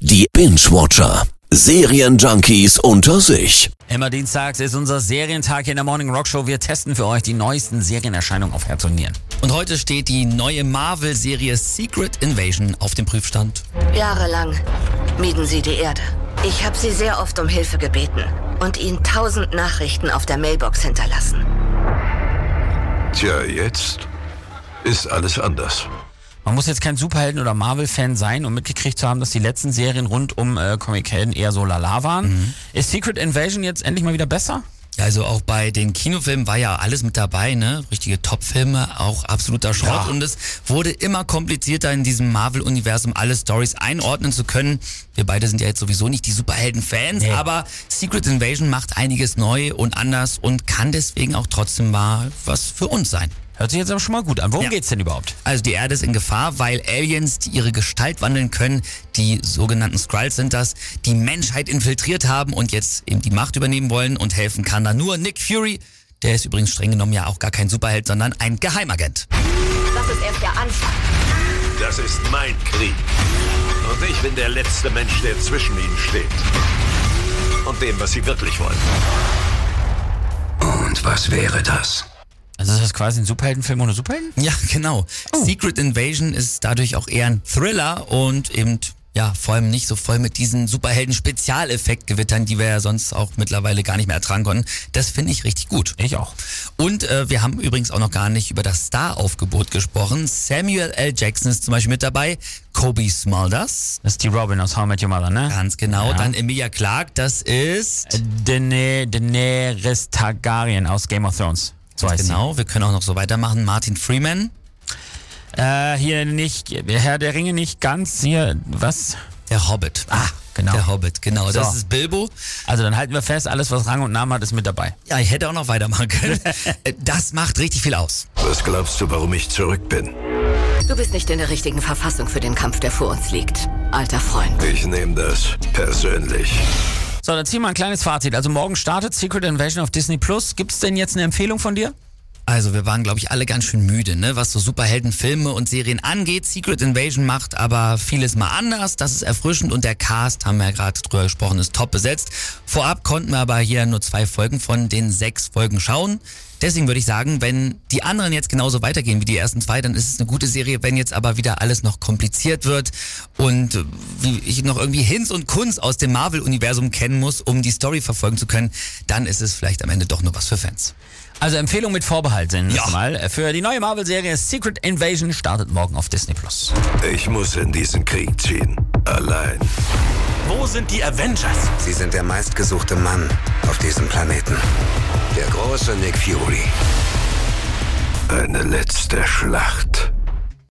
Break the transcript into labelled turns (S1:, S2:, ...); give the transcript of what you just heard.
S1: Die Binge-Watcher. Serienjunkies unter sich.
S2: Immer dienstags ist unser Serientag hier in der Morning Rock Show. Wir testen für euch die neuesten Serienerscheinungen auf Herz und Nieren.
S3: Und heute steht die neue Marvel-Serie Secret Invasion auf dem Prüfstand.
S4: Jahrelang mieden sie die Erde. Ich habe sie sehr oft um Hilfe gebeten und ihnen tausend Nachrichten auf der Mailbox hinterlassen.
S5: Tja, jetzt ist alles anders.
S2: Man muss jetzt kein Superhelden- oder Marvel-Fan sein, um mitgekriegt zu haben, dass die letzten Serien rund um äh, Comic-Helden eher so lala waren.
S3: Mhm.
S2: Ist Secret Invasion jetzt endlich mal wieder besser?
S3: Ja, Also auch bei den Kinofilmen war ja alles mit dabei, ne? Richtige Top-Filme, auch absoluter Schrott.
S2: Ja.
S3: Und es wurde immer komplizierter in diesem Marvel-Universum alle Stories einordnen zu können. Wir beide sind ja jetzt sowieso nicht die Superhelden-Fans, aber Secret Invasion macht einiges neu und anders und kann deswegen auch trotzdem mal was für uns sein.
S2: Hört sich jetzt aber schon mal gut an. Worum
S3: Ja.
S2: geht's denn überhaupt?
S3: Also die Erde ist in Gefahr, weil Aliens, die ihre Gestalt wandeln können, die sogenannten Skrulls sind das, die Menschheit infiltriert haben und jetzt eben die Macht übernehmen wollen und helfen kann da nur Nick Fury. Der ist übrigens streng genommen ja auch gar kein Superheld, sondern ein Geheimagent.
S4: Das ist erst der Anfang.
S5: Das ist mein Krieg. Und ich bin der letzte Mensch, der zwischen ihnen steht. Und dem, was sie wirklich wollen.
S6: Und was wäre das?
S2: Also ist das quasi ein Superheldenfilm ohne Superhelden?
S3: Ja, genau.
S2: Oh.
S3: Secret Invasion ist dadurch auch eher ein Thriller und eben ja, vor allem nicht so voll mit diesen Superhelden-Spezialeffekt-Gewittern, die wir ja sonst auch mittlerweile gar nicht mehr ertragen konnten. Das finde ich richtig gut.
S2: Ich auch.
S3: Und äh, wir haben übrigens auch noch gar nicht über das Star-Aufgebot gesprochen. Samuel L. Jackson ist zum Beispiel mit dabei, Kobe Smulders,
S2: Das ist die Robin aus How I Met Your Mother, ne?
S3: ganz genau,
S2: Ja. Äh,
S3: dann Emilia Clarke, das ist...
S2: Dana- Daenerys Targaryen aus Game of Thrones. So heißt sie.
S3: Genau, wir können auch noch so weitermachen. Martin Freeman,
S2: Äh, hier nicht, der Herr der Ringe nicht ganz, hier, was?
S3: der Hobbit. Ah,
S2: genau.
S3: Der Hobbit, genau. Das
S2: So.
S3: ist Bilbo.
S2: Also dann halten wir fest, alles was Rang und Namen hat, ist mit dabei.
S3: Ja, ich hätte auch noch weitermachen können. Äh, das macht richtig viel aus.
S5: Was glaubst du, warum ich zurück bin?
S4: Du bist nicht in der richtigen Verfassung für den Kampf, der vor uns liegt, alter Freund.
S5: Ich nehme das persönlich.
S2: So, dann ziehen wir ein kleines Fazit. Also morgen startet Secret Invasion auf Disney Plus. Gibt's denn jetzt eine Empfehlung von dir?
S3: Also wir waren, glaube ich, alle ganz schön müde, ne? was so Superheldenfilme und Serien angeht. Secret Invasion macht aber vieles mal anders. Das ist erfrischend und der Cast, haben wir ja gerade drüber gesprochen, ist top besetzt. Vorab konnten wir aber hier nur zwei Folgen von den sechs Folgen schauen. Deswegen würde ich sagen, wenn die anderen jetzt genauso weitergehen wie die ersten zwei, dann ist es eine gute Serie. Wenn jetzt aber wieder alles noch kompliziert wird und äh, wie ich noch irgendwie Hinz und Kunz aus dem Marvel-Universum kennen muss, um die Story verfolgen zu können, dann ist es vielleicht am Ende doch nur was für Fans.
S2: Also Empfehlung mit Vorbehalt sind
S3: Ja.
S2: ja. mal. Äh, Für die neue Marvel-Serie Secret Invasion startet morgen auf Disney Plus.
S5: Ich muss in diesen Krieg ziehen. Allein.
S7: Wo sind die Avengers?
S6: Sie sind der meistgesuchte Mann auf diesem Planeten. Der große Nick Fury.
S5: Eine letzte Schlacht.